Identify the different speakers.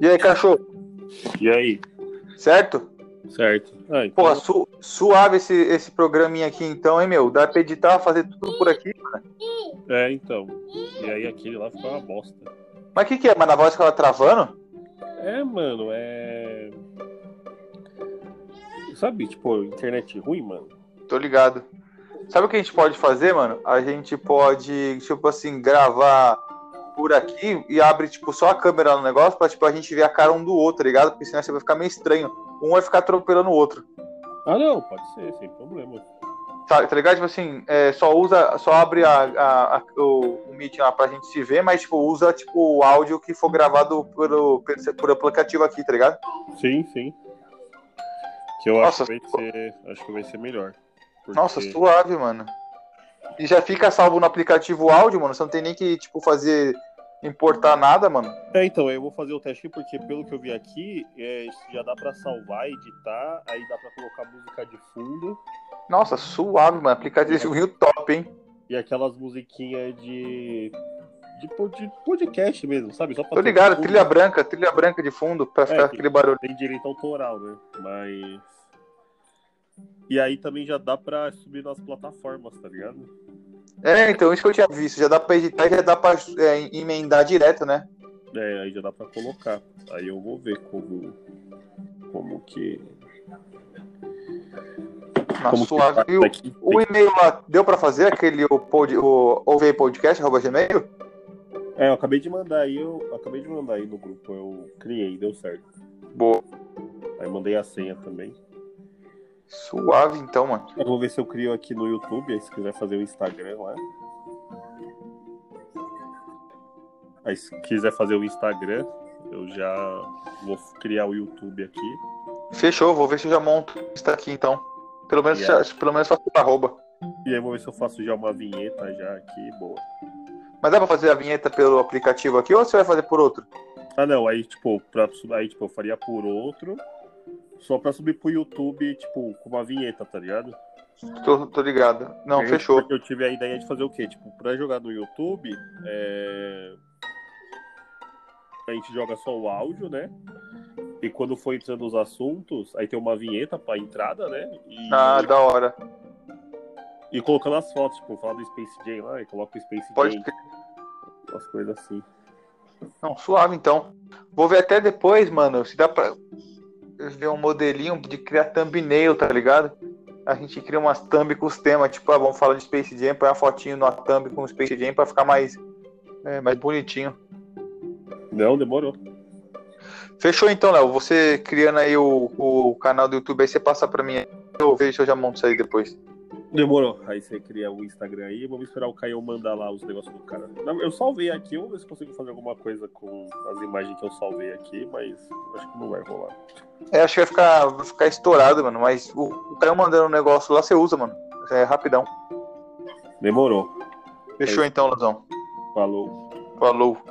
Speaker 1: E aí, cachorro?
Speaker 2: E aí?
Speaker 1: Certo?
Speaker 2: Certo. Ah, então-
Speaker 1: Porra, su- suave esse, esse programinha aqui então, hein, meu? Dá pra editar, fazer tudo por aqui.
Speaker 2: É, então. E aí aquele lá ficou uma bosta.
Speaker 1: Mas o que, que é? Mas na voz que ela travando?
Speaker 2: É, mano, é. Sabe, tipo, internet ruim, mano?
Speaker 1: Tô ligado. Sabe o que a gente pode fazer, mano? A gente pode, tipo assim, gravar por aqui e abre, tipo, só a câmera no negócio pra, tipo, a gente ver a cara um do outro, tá ligado? Porque senão você vai ficar meio estranho. Um vai ficar atropelando o outro.
Speaker 2: Ah, não, pode ser, sem problema.
Speaker 1: Tá, tá ligado? Tipo assim, é, só usa, só abre a, a- a- o, o Meet lá pra gente se ver, mas tipo, usa tipo, o áudio que for gravado pelo, pelo, por aplicativo aqui, tá ligado?
Speaker 2: Sim, sim. Que eu
Speaker 1: Nossa,
Speaker 2: acho que vai ser. Acho que vai ser melhor. Porque-
Speaker 1: Nossa, suave, mano. E já fica salvo no aplicativo áudio, mano. Você não tem nem que, tipo, fazer importar nada, mano.
Speaker 2: É, então, eu vou fazer o teste aqui, porque pelo que eu vi aqui, é, isso já dá pra salvar, editar, aí dá pra colocar música de fundo
Speaker 1: Nossa, suave, mano. Aplicativo top, hein?
Speaker 2: e aquelas musiquinhas de. De, po- de podcast mesmo, sabe? Só pra
Speaker 1: Tô
Speaker 2: ter
Speaker 1: ligado,
Speaker 2: fundo.
Speaker 1: trilha branca, trilha branca de fundo pra ficar
Speaker 2: que-
Speaker 1: aquele barulho.
Speaker 2: tem direito autoral, né? Mas. E aí também já dá pra subir nas plataformas, tá ligado?
Speaker 1: É, então, isso que eu tinha visto. Já dá pra editar e já dá pra é, emendar direto, né?
Speaker 2: É, aí já dá pra colocar. Aí eu vou ver como. Como que.
Speaker 1: Nossa,
Speaker 2: como que
Speaker 1: Tá suave.
Speaker 2: faz
Speaker 1: E o-
Speaker 2: daqui.
Speaker 1: O e-mail lá, deu pra fazer aquele o pod, o ouvepodcast, arroba gmail?
Speaker 2: É, eu acabei de mandar aí, eu acabei de mandar aí no grupo. Eu criei, deu certo.
Speaker 1: Boa.
Speaker 2: Aí mandei a senha também.
Speaker 1: Suave então, mano.
Speaker 2: Eu vou ver se eu crio aqui no YouTube, aí se quiser fazer o Instagram lá. Aí se quiser fazer o Instagram, eu já vou criar o YouTube aqui.
Speaker 1: Fechou, vou ver se eu já monto isso aqui então. Pelo menos,
Speaker 2: Yeah.
Speaker 1: já- pelo menos faço o arroba.
Speaker 2: E aí eu vou ver se eu faço já uma vinheta já aqui, boa.
Speaker 1: Mas dá pra fazer a vinheta pelo aplicativo aqui ou você vai fazer por outro?
Speaker 2: Ah não, aí tipo, pra, sub- aí, tipo eu faria por outro, só pra subir pro YouTube, tipo, com uma vinheta, tá ligado?
Speaker 1: Tô, tô ligado. Não,
Speaker 2: Aí eu-
Speaker 1: fechou.
Speaker 2: Eu tive a ideia de fazer o quê? Tipo, pra jogar no YouTube, é... a gente joga só o áudio, né? E quando for entrando os assuntos, aí tem uma vinheta pra entrada, né? E,
Speaker 1: Ah, da hora.
Speaker 2: e colocando as fotos, tipo, falar do Space Jam lá, e coloca o Space
Speaker 1: Pode
Speaker 2: Jam, as coisas assim.
Speaker 1: Não, suave então. Vou ver até depois, mano, se dá pra ver um modelinho de criar thumbnail, tá ligado? A gente cria umas thumb com os temas, tipo, ah, vamos falar de Space Jam, põe a fotinho na thumb com o Space Jam pra ficar mais, é, mais bonitinho.
Speaker 2: Não, demorou.
Speaker 1: Fechou então, Léo. Você criando aí o, o canal do YouTube, aí você passa pra mim. aí. Eu vejo se eu já monto isso aí depois.
Speaker 2: Demorou. Aí você cria o Instagram aí, vamos esperar o Caio mandar lá os negócios do cara. Não, Eu salvei aqui, vamos ver se consigo fazer alguma coisa com as imagens que eu salvei aqui, mas acho que não vai rolar.
Speaker 1: É, acho que vai ficar, vai ficar estourado, mano. Mas o, o Caio mandando um negócio lá, você usa, mano. É rapidão.
Speaker 2: Demorou.
Speaker 1: Fechou então, Lazão.
Speaker 2: Falou.
Speaker 1: Falou.